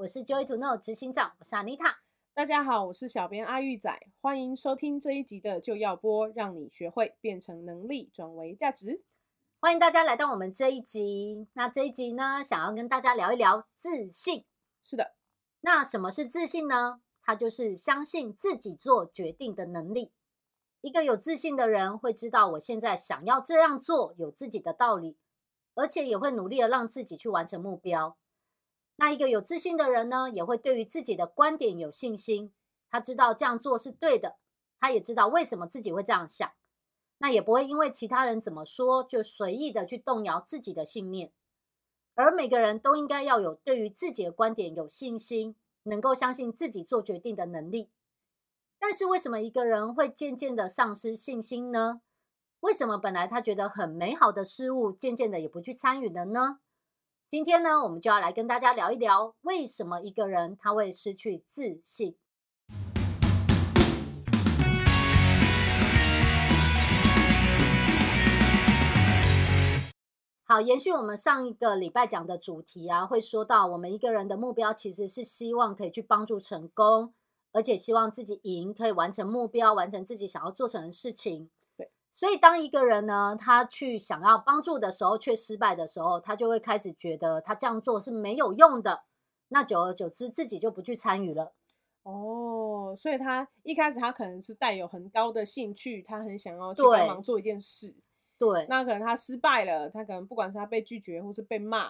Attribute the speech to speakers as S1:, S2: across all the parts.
S1: 我是 Joy to Know 执行长，我是 Anita。
S2: 大家好，我是小编阿玉仔，欢迎收听这一集的就要播，让你学会变成能力，转为价值。
S1: 欢迎大家来到我们这一集。那这一集呢，想要跟大家聊一聊自信。
S2: 是的，
S1: 那什么是自信呢？它就是相信自己做决定的能力。一个有自信的人会知道，我现在想要这样做有自己的道理，而且也会努力的让自己去完成目标。那一个有自信的人呢，也会对于自己的观点有信心，他知道这样做是对的，他也知道为什么自己会这样想，那也不会因为其他人怎么说就随意的去动摇自己的信念。而每个人都应该要有对于自己的观点有信心，能够相信自己做决定的能力。但是为什么一个人会渐渐的丧失信心呢？为什么本来他觉得很美好的事物，渐渐的也不去参与了呢？今天呢，我们就要来跟大家聊一聊，为什么一个人他会失去自信。好，延续我们上一个礼拜讲的主题啊，会说到我们一个人的目标其实是希望可以去帮助成功，而且希望自己赢，可以完成目标，完成自己想要做成的事情。
S2: 对，
S1: 所以当一个人呢，他去想要帮助的时候却失败的时候，他就会开始觉得他这样做是没有用的，那久而久之自己就不去参与了。
S2: 哦，所以他一开始他可能是带有很高的兴趣，他很想要去
S1: 对
S2: 帮忙做一件事，
S1: 对，
S2: 那可能他失败了，他可能不管是他被拒绝或是被骂，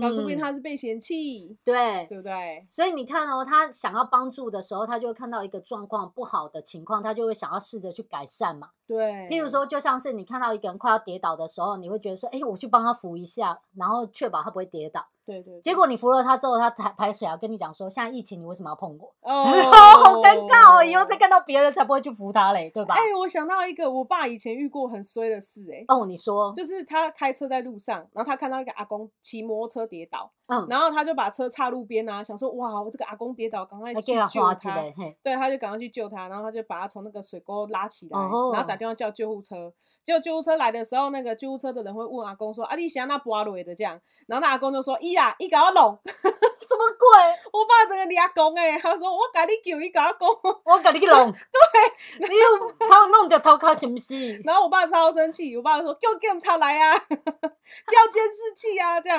S2: 搞说不定
S1: 嗯
S2: 他是被嫌弃，
S1: 对
S2: 对不对？
S1: 所以你看哦，他想要帮助的时候，他就会看到一个状况不好的情况，他就会想要试着去改善嘛。
S2: 对，
S1: 譬如说，就像是你看到一个人快要跌倒的时候，你会觉得说：“哎、我去帮他扶一下，然后确保他不会跌倒。
S2: 对，对”对，
S1: 结果你扶了他之后，他抬抬起来跟你讲说：“现在疫情，你为什么要碰我？”
S2: 哦
S1: 好尴尬哦！以后再看到别人才不会去扶他嘞，对吧？
S2: 哎、我想到一个我爸以前遇过很衰的事、哎、
S1: 哦，你说，
S2: 就是他开车在路上，然后他看到一个阿公骑摩托车跌倒，
S1: 嗯，
S2: 然后他就把车插路边啊，想说哇，我这个阿公跌倒，赶快
S1: 还
S2: 去
S1: 给他
S2: 救
S1: 花之
S2: 他。
S1: 类，嘿，
S2: 对，他就赶快去救他，然后他就把他从那个水沟拉起来，
S1: 哦
S2: 然后打电话叫救护车。结果救护车来的时候，那个救护车的人会问阿公说：“啊，你想那拔落的这样？”然后那阿公就说：“伊啊，伊搞我弄，
S1: 什么鬼？
S2: 我爸整个阿公哎、他说：“我赶你救，伊搞我讲。”
S1: 我给你弄，对，你有他有弄着头壳是不是？
S2: 然后我爸超生气，我爸就说：“叫警察来啊， 调监视器啊！”这样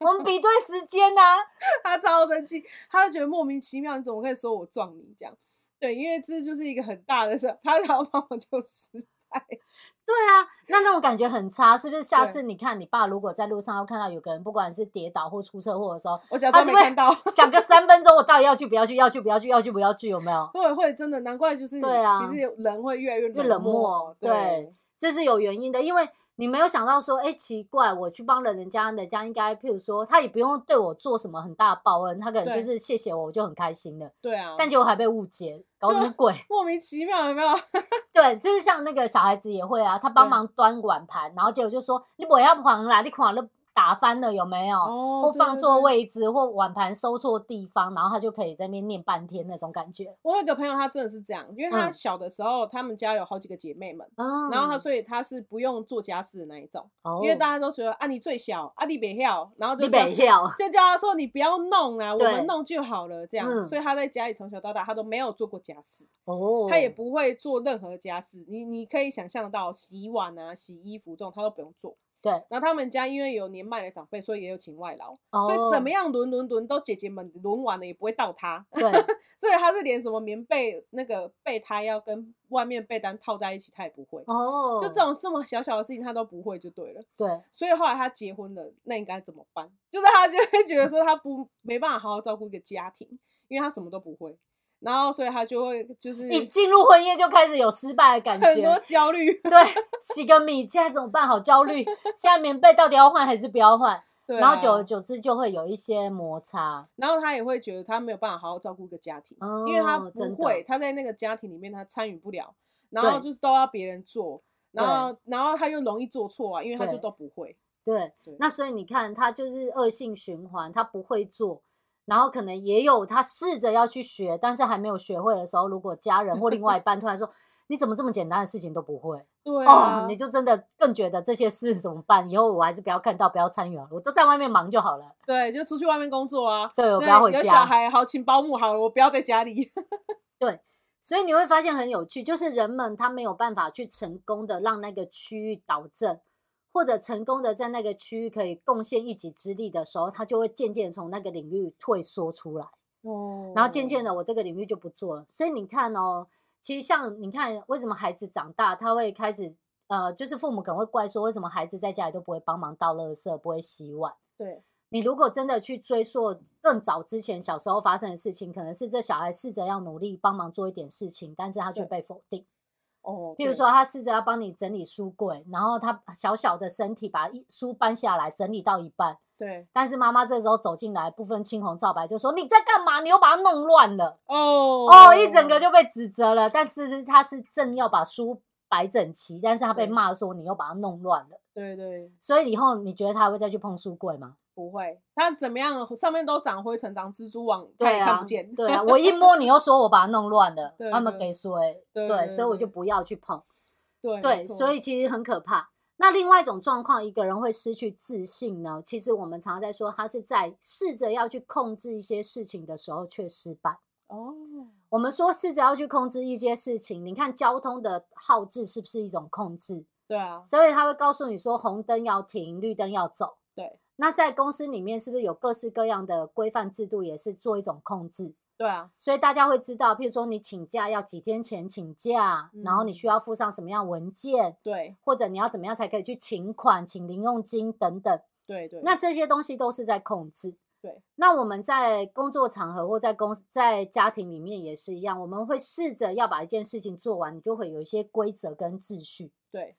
S1: 我们比对时间呐、啊。
S2: 他超生气，他就觉得莫名其妙，你怎么可以说我撞你这样？对，因为这就是一个很大的事，他然后帮我就失败。
S1: 对啊，那那种感觉很差，是不是？下次你看你爸如果在路上要看到有个人，不管是跌倒或出车祸的时候，
S2: 我假
S1: 他
S2: 装
S1: 是
S2: 没
S1: 不
S2: 看到，
S1: 是 想个三分钟，我到底要去不要去？要去不要去？要去不要去？有没有？
S2: 会会真的，难怪就是，
S1: 对啊
S2: 其实人会越来越
S1: 越
S2: 冷
S1: 冷漠
S2: 对
S1: 对这是有原因的，因为你没有想到说，哎，奇怪，我去帮了人家，人家应该，譬如说，他也不用对我做什么很大的报恩，他可能
S2: 对
S1: 就是谢谢我，我就很开心了。
S2: 对啊，
S1: 但结果还被误解，搞什么
S2: 对啊
S1: 鬼？
S2: 莫名其妙有没有？
S1: 对，就是像那个小孩子也会啊，他帮
S2: 对
S1: 忙端碗盘，然后结果就说你不要还啦，你款了打翻了有没有？
S2: 哦
S1: 或
S2: 对
S1: 放
S2: 对
S1: 错
S2: 对
S1: 位置，或碗盘收错地方，然后他就可以在那边念半天那种感觉。
S2: 我有一个朋友，他真的是这样，因为他
S1: 嗯
S2: 小的时候，他们家有好几个姐妹们，
S1: 嗯，
S2: 然后他所以他是不用做家事的那一种。
S1: 哦，
S2: 因为大家都觉得啊，你最小，啊，你别跳，然后就
S1: 你
S2: 叫
S1: 北跳，
S2: 就叫他说你不要弄啊，我
S1: 对
S2: 们弄就好了，这样。
S1: 嗯
S2: 所以他在家里从小到大，他都没有做过家事，
S1: 哦，
S2: 他也不会做任何家事。你你可以想象得到，洗碗啊、洗衣服这种他都不用做。
S1: 对，
S2: 然后他们家因为有年迈的长辈，所以也有请外劳，
S1: 哦
S2: 所以怎么样轮轮轮都姐姐们轮完了也不会到他，
S1: 对，
S2: 所以他是连什么棉被那个被胎要跟外面被单套在一起，他也不会。
S1: 哦，
S2: 就这种这么小小的事情他都不会就对了。
S1: 对，
S2: 所以后来他结婚了，那应该怎么办？就是他就会觉得说他不没办法好好照顾一个家庭，因为他什么都不会，然后所以他就会就是
S1: 一进入婚宴就开始有失败的感
S2: 很多
S1: 觉。
S2: 焦虑。
S1: 对，洗个米，现在怎么办？好焦虑。现在棉被到底要换还是不要换？
S2: 对啊、
S1: 然后久而久之就会有一些摩擦。
S2: 然后他也会觉得他没有办法好好照顾一个家庭，
S1: 哦，
S2: 因为他
S1: 真
S2: 不
S1: 的
S2: 会，他在那个家庭里面他参与不了，然后
S1: 对
S2: 就是都要别人做，然
S1: 对
S2: 后然后他又容易做错啊，因为他就
S1: 对
S2: 都不会。
S1: 对
S2: 对，
S1: 那所以你看，他就是恶性循环，他不会做，然后可能也有他试着要去学，但是还没有学会的时候，如果家人或另外一半突然说：“你怎么这么简单的事情都不会？
S2: 对
S1: 哦
S2: 啊，，
S1: 你就真的更觉得这些事怎么办？以后我还是不要看到，不要参与好了，我都在外面忙就好了。
S2: 对，就出去外面工作啊。
S1: 对，我
S2: 所
S1: 不
S2: 以
S1: 要回
S2: 有小
S1: 家。
S2: 孩好，请保姆好了，我不要在家里。
S1: 所以你会发现很有趣，就是人们他没有办法去成功的让那个区域导正，或者成功的在那个区域可以贡献一己之力的时候，他就会渐渐从那个领域退缩出来。
S2: 哦
S1: 然后渐渐的，我这个领域就不做了。所以你看哦，其实像你看，为什么孩子长大他会开始呃，就是父母可能会怪说，为什么孩子在家里都不会帮忙倒垃圾，不会洗碗？
S2: 对，
S1: 你如果真的去追溯更早之前小时候发生的事情，可能是这小孩试着要努力帮忙做一点事情，但是他却
S2: 对
S1: 被否定。
S2: 哦，
S1: 譬如
S2: 对
S1: 说，他试着要帮你整理书柜，然后他小小的身体把一书搬下来，整理到一半，
S2: 对，
S1: 但是妈妈这时候走进来，不分青红皂白就说：“你在干嘛？你又把它弄乱了。”
S2: 哦
S1: 哦，一整个就被指责了。但其实他是正要把书摆整齐，但是他被
S2: 对
S1: 骂说你又把它弄乱了。
S2: 对对，
S1: 所以以后你觉得他还会再去碰书柜吗？
S2: 不会，它怎么样？上面都长灰尘，长蜘蛛网，它
S1: 对
S2: 也
S1: 啊，
S2: 看不见。
S1: 对啊，我一摸你又说我把它弄乱了
S2: 对，
S1: 他们
S2: 对
S1: 给水，
S2: 对
S1: 对，
S2: 对
S1: 所以我
S2: 对
S1: 就不要去碰。
S2: 对
S1: 对，
S2: 没错
S1: 所以其实很可怕。那另外一种状况，一个人会失去自信呢？其实我们常常在说，他是在试着要去控制一些事情的时候却失败。
S2: 哦，
S1: 我们说试着要去控制一些事情，你看交通的耗制是不是一种控制？
S2: 对啊，
S1: 所以他会告诉你说红灯要停，绿灯要走。
S2: 对
S1: 那在公司里面是不是有各式各样的规范制度，也是做一种控制？
S2: 对啊，
S1: 所以大家会知道，譬如说你请假要几天前请假，然后你
S2: 嗯
S1: 需要附上什么样文件，
S2: 对
S1: 或者你要怎么样才可以去请款、请零用金等等。
S2: 对对，
S1: 那这些东西都是在控制。
S2: 对，
S1: 那我们在工作场合或在公司在家庭里面也是一样，我们会试着要把一件事情做完，你就会有一些规则跟秩序。
S2: 对，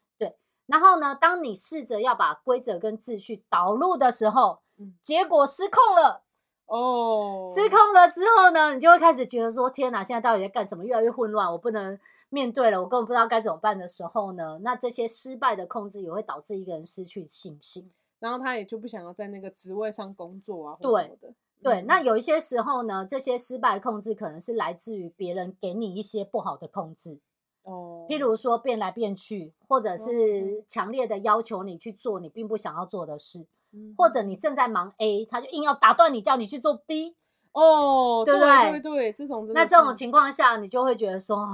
S1: 然后呢，当你试着要把规则跟秩序导入的时候，
S2: 嗯
S1: 结果失控了。
S2: 哦，
S1: 失控了之后呢，你就会开始觉得说：“天哪，现在到底在干什么？越来越混乱，我不能面对了，我根本不知道该怎么办。”的时候呢，那这些失败的控制也会导致一个人失去信心。
S2: 然后他也就不想要在那个职位上工作啊，或什
S1: 对
S2: 么的。
S1: 对，
S2: 嗯
S1: 那有一些时候呢，这些失败控制可能是来自于别人给你一些不好的控制，
S2: 哦，
S1: 譬如说变来变去，或
S2: 嗯
S1: 者是强烈的要求你去做你并不想要做的事，
S2: 嗯
S1: 或者你正在忙 A，他就硬要打断你，叫你去做 B。
S2: 哦，
S1: 对
S2: 对
S1: 不对
S2: 对对，这种真
S1: 那
S2: 的
S1: 这种
S2: 是
S1: 情况下，你就会觉得说，哦，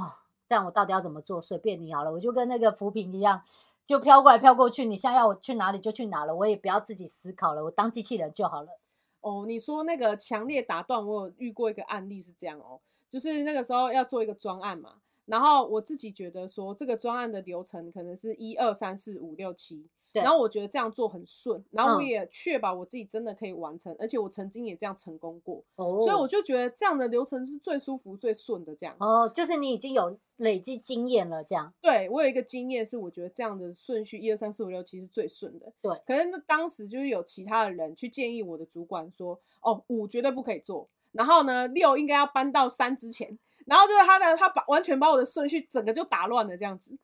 S1: 这样我到底要怎么做？随便你好了，我就跟那个浮萍一样，就飘过来飘过去，你现在要我去哪里就去哪了，我也不要自己思考了，我当机器人就好了。
S2: 哦，你说那个强烈打断，我有遇过一个案例是这样哦，就是那个时候要做一个专案嘛，然后我自己觉得说这个专案的流程可能是一二三四五六七，
S1: 对
S2: 然后我觉得这样做很顺，然后我
S1: 嗯
S2: 也确保我自己真的可以完成，而且我曾经也这样成功过，
S1: 哦，
S2: 所以我就觉得这样的流程是最舒服、最顺的这样。
S1: 哦，就是你已经有累积经验了，这样。
S2: 对我有一个经验是，我觉得这样的顺序一二三四五六七是最顺的。
S1: 对
S2: 可是那当时就是有其他的人去建议我的主管说，哦，五绝对不可以做，然后呢，六应该要搬到三之前，然后就是他的他把完全把我的顺序整个就打乱了，这样子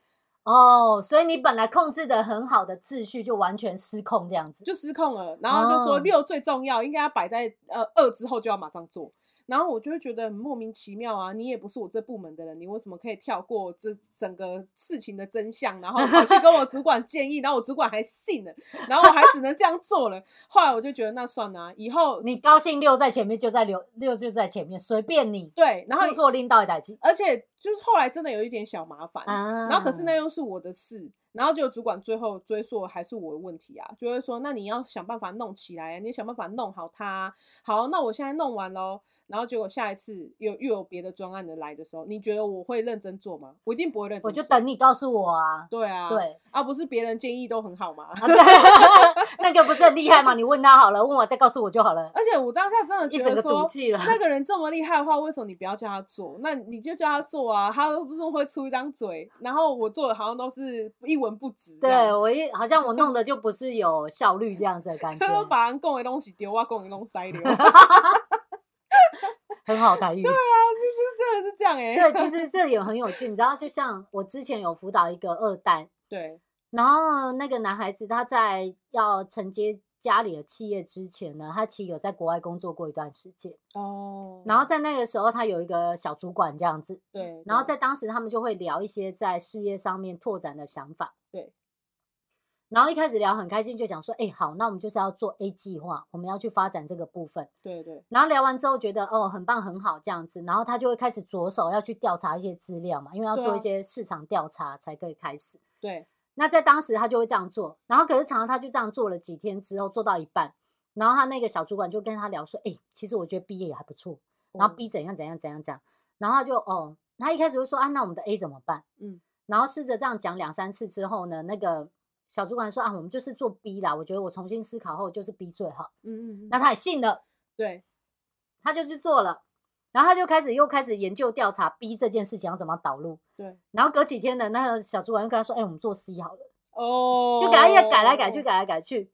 S1: 哦，所以你本来控制的很好的秩序就完全失控这样子。
S2: 就失控了，然后就
S1: 哦
S2: 说六最重要，应该要摆在呃二之后就要马上做。然后我就会觉得很莫名其妙啊！你也不是我这部门的人，你为什么可以跳过这整个事情的真相，然后跑去跟我主管建议，然后我主管还信了，然后我还只能这样做了。后来我就觉得那算了啊、以后
S1: 你高兴六在前面就在六六就在前面，随便你。
S2: 对，然后
S1: 出错拎到一台机
S2: 而且就是后来真的有一点小麻烦，
S1: 啊
S2: 然后可是那又是我的事，然后就主管最后追溯还是我的问题啊，就会说那你要想办法弄起来啊，你想办法弄好它啊。好，那我现在弄完喽，然后结果下一次又又有别的专案的来的时候，你觉得我会认真做吗？我一定不会认真，
S1: 我就。等你告诉我啊。
S2: 对啊，
S1: 对，
S2: 啊，不是别人建议都很好吗？
S1: 啊对 那就不是很厉害嘛？你问他好了，问我再告诉我就好了。
S2: 而且我当下真的
S1: 一
S2: 觉
S1: 整
S2: 得
S1: 个
S2: 说
S1: 赌，气了。
S2: 那个人这么厉害的话，为什么你不要叫他做？那你就叫他做啊，他又不是会出一张嘴，然后我做的好像都是一文不值 这样。
S1: 对我一好像我弄的就不是有效率这样子的感 觉
S2: 他，都把人供的东西丢啊，供的东 西塞丢，真
S1: 很好台语。
S2: 的是这样哎、
S1: 对，其实这也很有趣，你知道，就像我之前有辅导一个二代，
S2: 对
S1: 然后那个男孩子他在要承接家里的企业之前呢，他其实有在国外工作过一段时间，
S2: 哦，
S1: 然后在那个时候他有一个小主管这样子，
S2: 对，
S1: 然后
S2: 对
S1: 在当时他们就会聊一些在事业上面拓展的想法，
S2: 对。
S1: 然后一开始聊很开心，就想说，哎、好，那我们就是要做 A 计划，我们要去发展这个部分。
S2: 对对
S1: 然后聊完之后觉得哦很棒很好这样子，然后他就会开始着手要去调查一些资料嘛，因为要
S2: 对
S1: 做
S2: 啊
S1: 一些市场调查才可以开始。
S2: 对，
S1: 那在当时他就会这样做，然后可是常常他就这样做了几天之后，做到一半，然后他那个小主管就跟他聊说，哎、其实我觉得 B 也还不错，然后
S2: 嗯
S1: B 怎样怎样怎样怎样，然后他就哦，他一开始会说啊，那我们的 A 怎么办？
S2: 嗯，
S1: 然后试着这样讲两三次之后呢，那个小主管说啊，我们就是做 B 啦，我觉得我重新思考后就是 B 最好，
S2: 嗯嗯，
S1: 那
S2: 嗯
S1: 他也信了。
S2: 对
S1: 他就去做了，然后他就开始又开始研究调查 B 这件事情要怎么导入，
S2: 对
S1: 然后隔几天呢，那个小主管就跟他说：“哎、我们做 C 好了。”
S2: 哦，
S1: 就给他也改来改去，改来改去。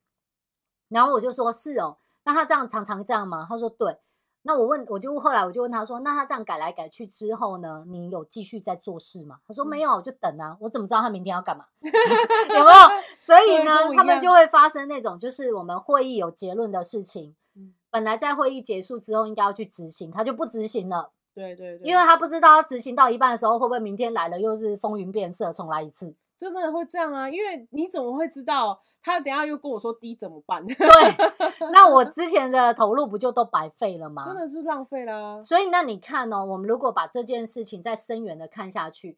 S1: 然后我就说：“是哦，那他这样常常这样吗？”他说：“对。”那我问，我就后来我就问他说：“那他这样改来改去之后呢，你有继续在做事吗？”他说：“没
S2: 嗯
S1: 有，我就等啊，我怎么知道他明天要干嘛？ 有没有？所以
S2: 对跟
S1: 呢
S2: 我，一
S1: 他们
S2: 样
S1: 就会发生那种，就是我们会议有结论的事情
S2: 嗯，
S1: 本来在会议结束之后应该要去执行，他就不执行了，
S2: 对对对，
S1: 因为他不知道他执行到一半的时候会不会明天来了又是风云变色，重来一次。
S2: 真的会这样啊，因为你怎么会知道他等下又跟我说低怎么办？
S1: 对， 那我之前的投入不就都白费了吗？
S2: 真的是浪费啦。
S1: 所以那你看哦，我们如果把这件事情再深远的看下去，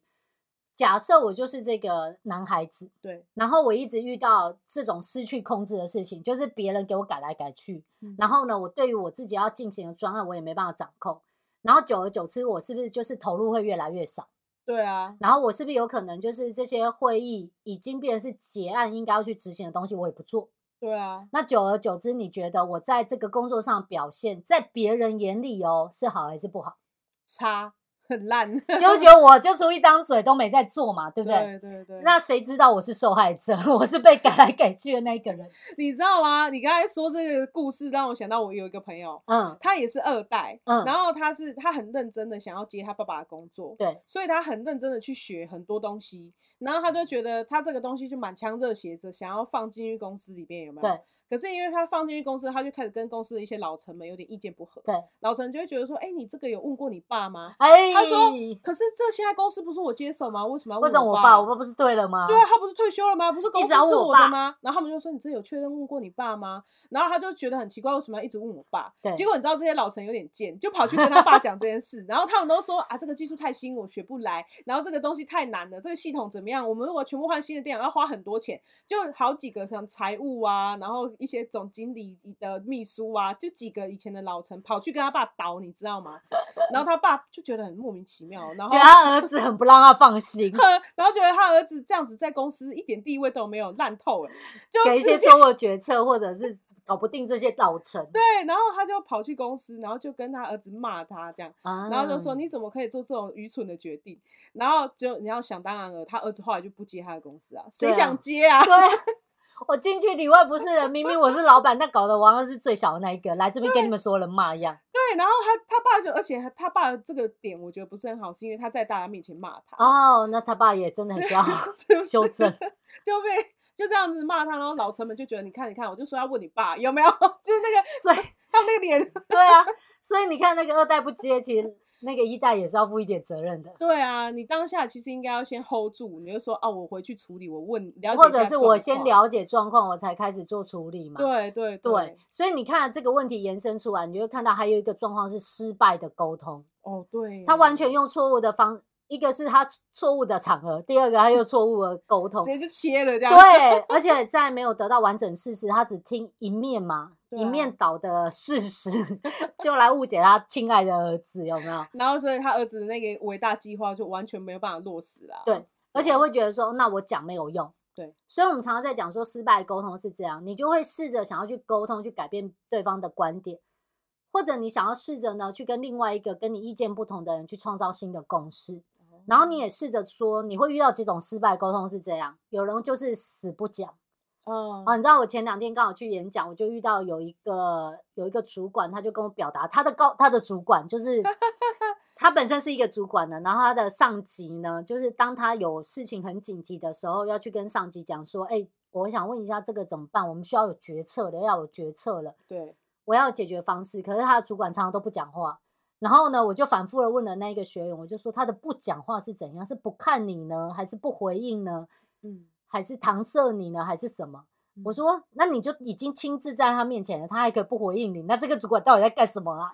S1: 假设我就是这个男孩子，
S2: 对，
S1: 然后我一直遇到这种失去控制的事情，就是别人给我改来改去，
S2: 嗯
S1: 然后呢，我对于我自己要进行的专案，我也没办法掌控。然后久而久之，我是不是就是投入会越来越少？
S2: 对啊，
S1: 然后我是不是有可能就是这些会议已经变成是结案应该要去执行的东西，我也不做？
S2: 对啊，
S1: 那久而久之，你觉得我在这个工作上表现，在别人眼里哦是好还是不好？
S2: 差很烂。
S1: 就觉得我就出一张嘴都没在做嘛，对不对？
S2: 对对对，
S1: 那谁知道我是受害者， 我是被改来改去的那一个人？
S2: 你知道吗？你刚才说这个故事，让我想到我有一个朋友，
S1: 嗯
S2: 他也是二代，
S1: 嗯
S2: 然后他是他很认真的想要接他爸爸的工作，
S1: 对，
S2: 所以他很认真的去学很多东西，然后他就觉得他这个东西就满腔热血着想要放进去公司里面，有没有？
S1: 对。
S2: 可是因为他放进去公司，他就开始跟公司的一些老臣们有点意见不合，
S1: 对，
S2: 老臣就会觉得说，哎、你这个有问过你爸吗？
S1: 哎，
S2: 他说可是这现在公司不是我接手吗？为什么要
S1: 为
S2: 问
S1: 什么
S2: 我
S1: 我
S2: 爸？
S1: 爸我爸不是对了吗？
S2: 对啊，他不是退休了吗？不是公司
S1: 找
S2: 是
S1: 我
S2: 我的
S1: 爸
S2: 吗？然后他们就说：“你这有确认问过你爸吗？”然后他就觉得很奇怪，为什么要一直问我爸？
S1: 对
S2: 结果你知道这些老陈有点贱，就跑去跟他爸讲这件事。然 后他们都说：“啊，这个技术太新，我学不来。然后这个东西太难了，这个系统怎么样？我们如果全部换新的电脑，要花很多钱。”就好几个像财务啊，然后一些总经理的秘书啊，就几个以前的老陈跑去跟他爸倒，你知道吗？然后他爸就觉得很莫名其妙，然后
S1: 觉得他儿子很不让他放 心，
S2: 然后觉得他儿子这样子在公司一点地位都没有，烂透了，就
S1: 给一些
S2: 直接
S1: 错误决策，或者是搞不定这些老臣，
S2: 对，然后他就跑去公司，然后就跟他儿子骂他这样，
S1: 然
S2: 然后就说
S1: 嗯
S2: 你怎么可以做这种愚蠢的决定？然后就你要想当然了，他儿子后来就不接他的公司啊，谁
S1: 对啊
S2: 想接 啊？
S1: 对啊。我进去里外不是人，明明我是老板，但搞得我好像是最小的那一个，来这边给你们所有人骂一样。
S2: 对，然后他他爸就，而且他爸这个点我觉得不是很好，是因为他在大家面前骂他，
S1: 哦，那他爸也真的很需要
S2: 是不是
S1: 修正，
S2: 就被。就这样子骂他，然后老陈们就觉得，你看，你看，我就说要问你爸有没有， 就是那个
S1: 所以
S2: 他们那个脸，
S1: 对啊，所以你看那个二代不接，其实那个一代也是要负一点责任的，
S2: 对啊，你当下其实应该要先 hold 住，你就说啊，我回去处理，我问了解一下
S1: 或者是我先
S2: 状况。
S1: 了解状况，我才开始做处理嘛。
S2: 对对
S1: 对，所以你看这个问题延伸出来，你就会看到还有一个状况是失败的沟通，
S2: 哦对耶，
S1: 他完全用错误的方，一个是他错误的场合，第二个他又错误的沟通
S2: 直，接就切了这样。
S1: 对，而且在没有得到完整事实，他只听一面嘛，
S2: 对
S1: 一
S2: 啊
S1: 面倒的事实， 就来误解他亲爱的儿子，有没有？
S2: 然后所以他儿子的那个伟大计划就完全没有办法落实啦。
S1: 对而且会觉得说，那我讲没有用。
S2: 对，
S1: 所以我们常常在讲说，失败沟通是这样，你就会试着想要去沟通，去改变对方的观点，或者你想要试着呢，去跟另外一个跟你意见不同的人去创造新的共识。
S2: 哦
S1: 然后你也试着说，你会遇到几种失败沟通是这样，有人就是死不讲。
S2: 嗯
S1: 哦，你知道我前两天刚好去演讲，我就遇到有一个有一个主管，他就跟我表达他的高他的主管就是他本身是一个主管呢，然后他的上级呢，就是当他有事情很紧急的时候，要去跟上级讲说，哎、我想问一下这个怎么办？我们需要有决策的，要有决策了，
S2: 对，
S1: 我要有解决方式。可是他的主管常常都不讲话，然后呢，我就反复的问了那一个学员，我就说他的不讲话是怎样？是不看你呢，还是不回应呢，
S2: 嗯，
S1: 还是搪塞你呢，还是什么？我
S2: 嗯
S1: 说，那你就已经亲自在他面前了，他还可以不回应你，那这个主管到底在干什么 啊？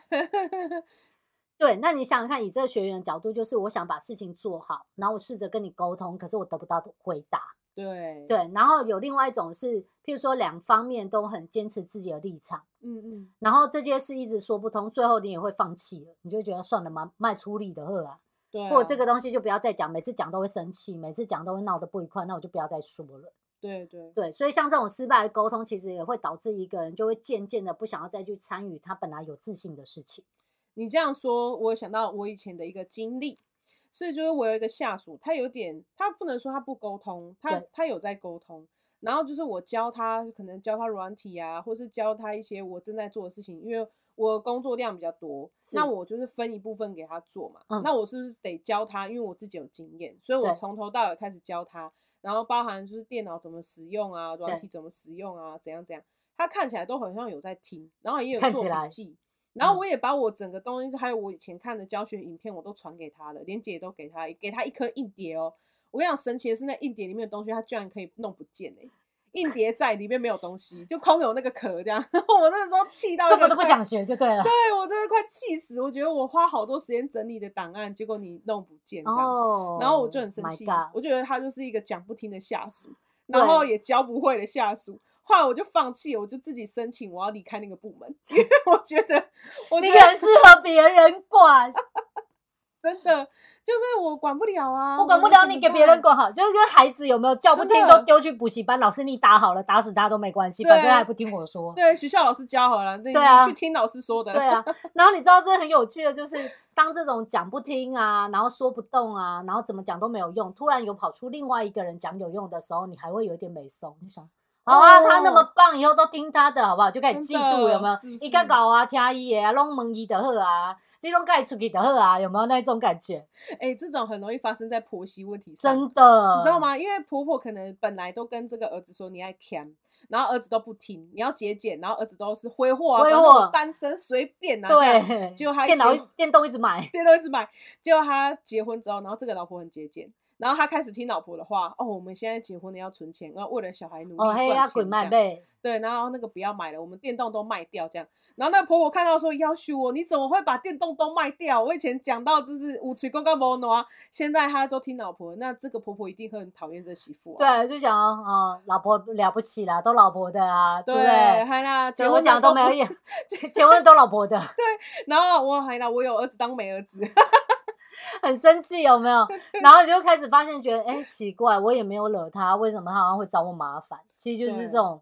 S1: 对，那你想想看，以这个学员的角度，就是我想把事情做好，然后我试着跟你沟通，可是我得不到回答。
S2: 嗯对，，
S1: 对，然后有另外一种是，譬如说两方面都很坚持自己的立场，
S2: 嗯嗯，
S1: 然后这件事一直说不通，最后你也会放弃了，你就会觉得算了嘛，卖出力的呵啊，
S2: 对啊，
S1: 或者这个东西就不要再讲，每次讲都会生气，每次讲都会闹得不愉快，那我就不要再说了。
S2: 对对
S1: 对，所以像这种失败的沟通，其实也会导致一个人就会渐渐的不想要再去参与他本来有自信的事情。
S2: 你这样说，我想到我以前的一个经历，所以就是我有一个下属，他有点，他不能说他不沟通，他
S1: 对
S2: 他有在沟通，然后就是我教他，可能教他软体啊，或是教他一些我正在做的事情，因为我工作量比较多，那
S1: 是
S2: 我就是分一部分给他做嘛，
S1: 嗯
S2: 那我是不是得教他？因为我自己有经验，所以我
S1: 对
S2: 从头到尾开始教他，然后包含就是电脑怎么使用啊，软
S1: 对
S2: 体怎么使用啊，怎样怎样，他看起来都好像有在听，然后也有
S1: 看
S2: 做
S1: 起
S2: 笔
S1: 来
S2: 记。然后
S1: 嗯
S2: 我也把我整个东西，还有我以前看的教学影片，我都传给他了，连姐也都给他，给他一颗硬碟哦。我跟你讲，神奇的是那硬碟里面的东西，他居然可以弄不见哎、硬碟在里面没有东西，就空有那个壳这样。 我那时候气到
S1: 这
S2: 一
S1: 个
S2: 个
S1: 都不
S2: 快
S1: 想学就对了。
S2: 哦对我真的快气死！我觉得我花好多时间整理的档案，结果你弄不见这样，
S1: 哦，
S2: 然后我就很生
S1: my
S2: 气
S1: God，
S2: 我就觉得他就是一个讲不听的下属，然后
S1: 对
S2: 也教不会的下属。后来我就放弃了，我就自己申请我要离开那个部门， 因为我觉得，我哦
S1: 你
S2: 觉
S1: 很
S2: 得
S1: 适合别人 管，
S2: 真的就是我管不了啊，
S1: 我管不
S2: 能
S1: 了
S2: 怎
S1: 你
S2: 么
S1: 给别人
S2: 办
S1: 管好，就是跟孩子有没有叫不
S2: 真
S1: 听
S2: 的
S1: 都丢去补习班，老师你打好了，打死他都没关系，
S2: 对
S1: 反正他也不听我说。
S2: 对，学校老师教好了，那你
S1: 对啊
S2: 去听老师说的。
S1: 对啊，然后你知道这很有趣的，就是当这种讲不听啊，然后说不动啊，然后怎么讲都没有用，突然有跑出另外一个人讲有用的时候，你还会有一点美松，你想。好啊，他那么
S2: 哦
S1: 棒，以后都听他的，好不好？就开始嫉
S2: 真
S1: 妒，
S2: 的
S1: 有没有
S2: 是不？
S1: 你敢
S2: 是
S1: 搞啊，听伊的啊，拢问伊就好啊，你拢跟他出去就好啊，有没有那种感觉？
S2: 哎、这种很容易发生在婆媳问题上，
S1: 真的，
S2: 你知 道？吗？因为婆婆可能本来都跟这个儿子说你爱 cam，然后儿子都不听，你要节俭，然后儿子都是挥霍啊，
S1: 挥
S2: 反正我
S1: 霍
S2: 单身随便啊，这样，
S1: 对，
S2: 结果他一
S1: 电脑
S2: 结
S1: 一电动一直买，
S2: 别都一直买。结果他结婚之后，然后这个老婆很节俭。然后他开始听老婆的话，哦，我们现在结婚了要存钱，要为了小孩努力
S1: 哦
S2: 赚
S1: 嘿
S2: 钱，
S1: 呀，滚
S2: 这
S1: 卖
S2: 样
S1: 呗，
S2: 对，然后那个不要买了，我们电动都卖掉这样。然后那个婆婆看到说：“要求我，你怎么会把电动都卖掉？我以前讲到就是五锤公告摩诺啊，现在她都听老婆，那这个婆婆一定会很讨厌这媳妇、啊。
S1: 对，就想要哦，老婆了不起啦，都老婆的啊，对
S2: 对
S1: 不对？
S2: 还啦，
S1: 结
S2: 结
S1: 婚
S2: 婚
S1: 讲
S2: 了
S1: 都
S2: 不
S1: 没有用，结结婚都老婆 的，
S2: 然后我还啦，我有儿子当媒儿子，
S1: 很生气有没有？然后你就开始发现，觉得哎、奇怪，我也没有惹他，为什么他好像会找我麻烦？其实就是
S2: 对
S1: 这种，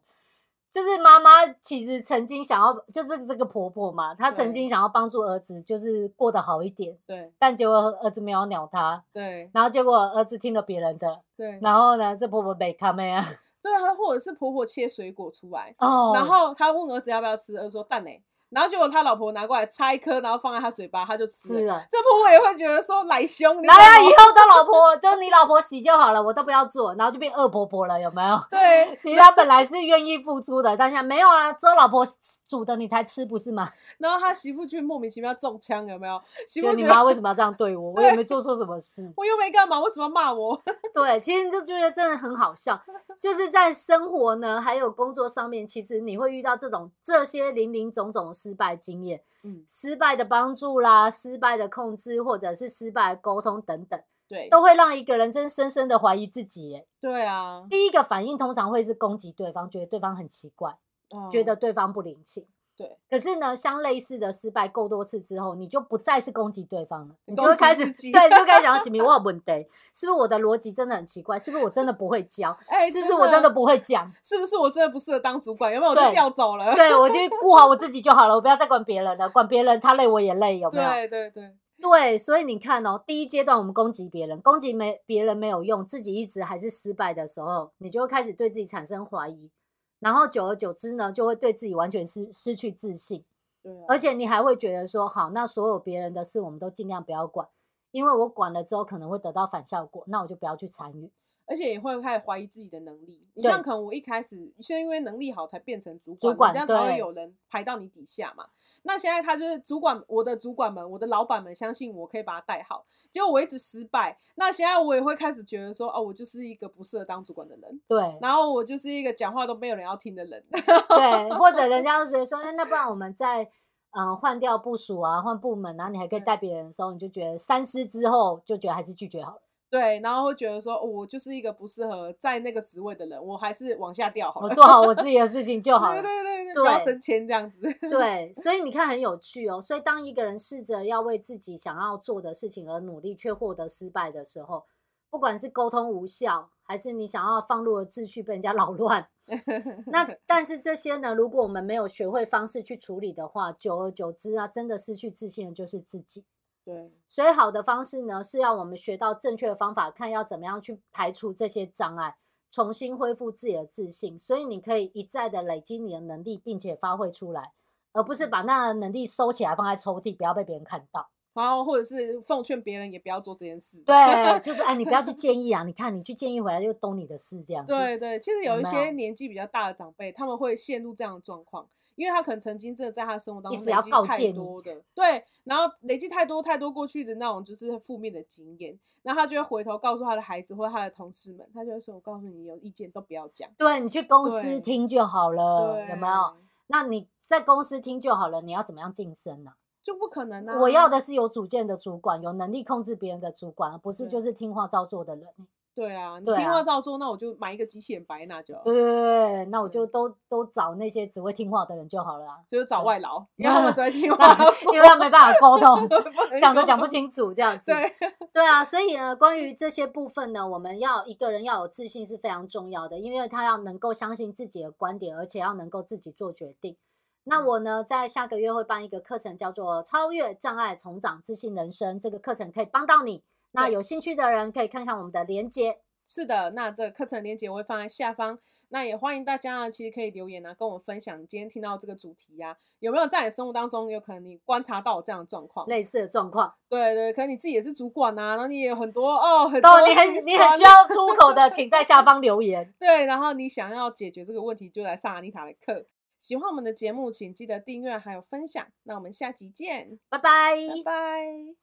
S1: 就是妈妈其实曾经想要，就是这个婆婆嘛，她曾
S2: 对
S1: 经想要帮助儿子，就是过得好一点，
S2: 对
S1: 但结果儿子没有鸟她，
S2: 对
S1: 然后结果儿子听了别人的，
S2: 对
S1: 然后呢，这婆婆被卡妹啊，
S2: 对啊，或者是婆婆切水果出来，
S1: 哦，
S2: 然后他问儿子要不要吃，儿子说蛋呢、然后结果他老婆拿过来拆一颗，然后放在他嘴巴，他就吃了。
S1: 是啊。
S2: 这婆婆也会觉得说来凶，你
S1: 来
S2: 知道
S1: 啊！
S2: 吗
S1: 以后都老婆，就你老婆洗就好了，我都不要做，然后就变恶婆婆了，有没有？
S2: 对，
S1: 其实他本来是愿意付出的，但现在没有啊， 只有老婆煮的你才吃，不是吗？
S2: 然后他媳妇就莫名其妙中枪，有没有？媳
S1: 就
S2: 妇
S1: 你
S2: 觉
S1: 妈
S2: 得。
S1: 为什么要这样对 我？我也没做错什么事
S2: 我又没干嘛，为什么要骂我？
S1: 对，其实你就觉得真的很好笑，就是在生活呢，还有工作上面，其实你会遇到这种这些零零总总的失败经验，
S2: 嗯，
S1: 失败的帮助啦，失败的控制，或者是失败的沟通等等，
S2: 对，
S1: 都会让一个人真深深的怀疑自己耶。
S2: 对啊，
S1: 第一个反应通常会是攻击对方，觉得对方很奇怪，
S2: 嗯
S1: 觉得对方不领情。
S2: 对，
S1: 可是呢，相类似的失败够多次之后，你就不再是攻击对方了，你就
S2: 攻
S1: 会
S2: 击
S1: 开始
S2: 自己
S1: 对，你就开始想什么我有问题，是不是我的逻辑真的很奇怪？是不是我真的不会教？
S2: 哎，
S1: 是不是我真的不会讲？
S2: 是不是我真的不适合当主管？有没有？我
S1: 对
S2: 就调走 了。
S1: 对我就顾好我自己就好了，我不要再管别人了，管别人他累我也累，有没有？
S2: 对对对
S1: 对，所以你看哦，第一阶段我们攻击别人，攻击没别人没有用，自己一直还是失败的时候，你就会开始对自己产生怀疑，然后久而久之呢，就会对自己完全失失去自信，
S2: 对啊，
S1: 而且你还会觉得说，好，那所有别人的事我们都尽量不要管，因为我管了之后可能会得到反效果，那我就不要去参与。
S2: 而且也会开始怀疑自己的能力。你
S1: 对
S2: 像可能我一开始是因为能力好才变成主
S1: 主
S2: 管，
S1: 管
S2: 你这样才
S1: 对
S2: 会有人排到你底下嘛。那现在他就是主管，我的主管们，我的老板们相信我可以把他带好，结果我一直失败。那现在我也会开始觉得说，哦，我就是一个不适合当主管的人，
S1: 对
S2: 然后我就是一个讲话都没有人要听的人。
S1: 对，或者人家就直接说，哎那那不然我们再嗯换掉部署啊，换部门啊，你还可以带别人的时候，你就觉得三思之后就觉得还是拒绝好了。
S2: 对，然后会觉得说、哦我就是一个不适合在那个职位的人，我还是往下掉好
S1: 我哦
S2: 了。
S1: 做好我自己的事情就好了。
S2: 对对对对，不要
S1: 对
S2: 升迁这样子。
S1: 对，所以你看很有趣哦。所以当一个人试着要为自己想要做的事情而努力，却获得失败的时候，不管是沟通无效，还是你想要放入的秩序被人家扰乱， 那但是这些呢，如果我们没有学会方式去处理的话，久而久之啊，真的失去自信的就是自己。
S2: 对
S1: 所以好的方式呢，是要我们学到正确的方法，看要怎么样去排除这些障碍，重新恢复自己的自信。所以你可以一再的累积你的能力，并且发挥出来，而不是把那能力收起来放在抽屉，不要被别人看到。
S2: 然后或者是奉劝别人也不要做这件事。
S1: 对， 就是哎，你不要去建议啊！你看你去建议回来又都你的事这样子。哦
S2: 对对，其实有
S1: 有
S2: 一
S1: 没
S2: 些
S1: 有
S2: 年纪比较大的长辈，他们会陷入这样的状况，因为他可能曾经真的在他的生活当
S1: 一
S2: 中
S1: 直
S2: 累
S1: 要
S2: 积
S1: 告诫
S2: 太
S1: 你
S2: 多的，对，然后累积太多太多过去的那种就是负面的经验，然后他就会回头告诉他的孩子或他的同事们，他就会说：“我告诉你，有意见都不要讲。
S1: 对你去公司
S2: 对
S1: 听就好了，
S2: 对，
S1: 呃有没有？？那你在公司听就好了，你要怎么样晋升呢、
S2: 就不可能啊！
S1: 我要的是有主见的主管，有能力控制别人的主管，而不是
S2: 对
S1: 就是听话照做的人。
S2: 对啊，你
S1: 对
S2: 听
S1: 啊
S2: 话照做，那我就买一个机器人白那就好，
S1: 对对对对，那我就
S2: 嗯，
S1: 都都找那些只会听话的人就好了啊
S2: 就是找外劳，
S1: 对
S2: 因为他们只会听话照
S1: 那
S2: 做
S1: 因为，他没办法沟通，
S2: 不能
S1: 讲都讲不
S2: 沟通。
S1: 清楚这样子。
S2: 对，
S1: 对啊，所以呢，关于这些部分呢，我们要一个人要有自信是非常重要的，因为他要能够相信自己的观点，而且要能够自己做决定。那我呢，在下个月会办一个课程，叫做《超越障碍，重长自信人生》。这个课程可以帮到你。那
S2: 对
S1: 有兴趣的人可以看看我们的连接。
S2: 是的，那这个课程链接我会放在下方，那也欢迎大家啊，其实可以留言啊，跟我分享你今天听到这个主题呀、啊有没有在你生活当中有可能你观察到有这样的状况？
S1: 类似的状 况，
S2: 对对，可能你自己也是主管啊，然后你也有很多哦，很
S1: 都
S2: 多
S1: 你很
S2: 心
S1: 你很
S2: 酸
S1: 需要出口的，请在下方留言。
S2: 对，然后你想要解决这个问题，就来上阿妮塔的课。喜欢我们的节目，请记得订阅还有分享。那我们下集见，
S1: 拜拜。
S2: 拜拜。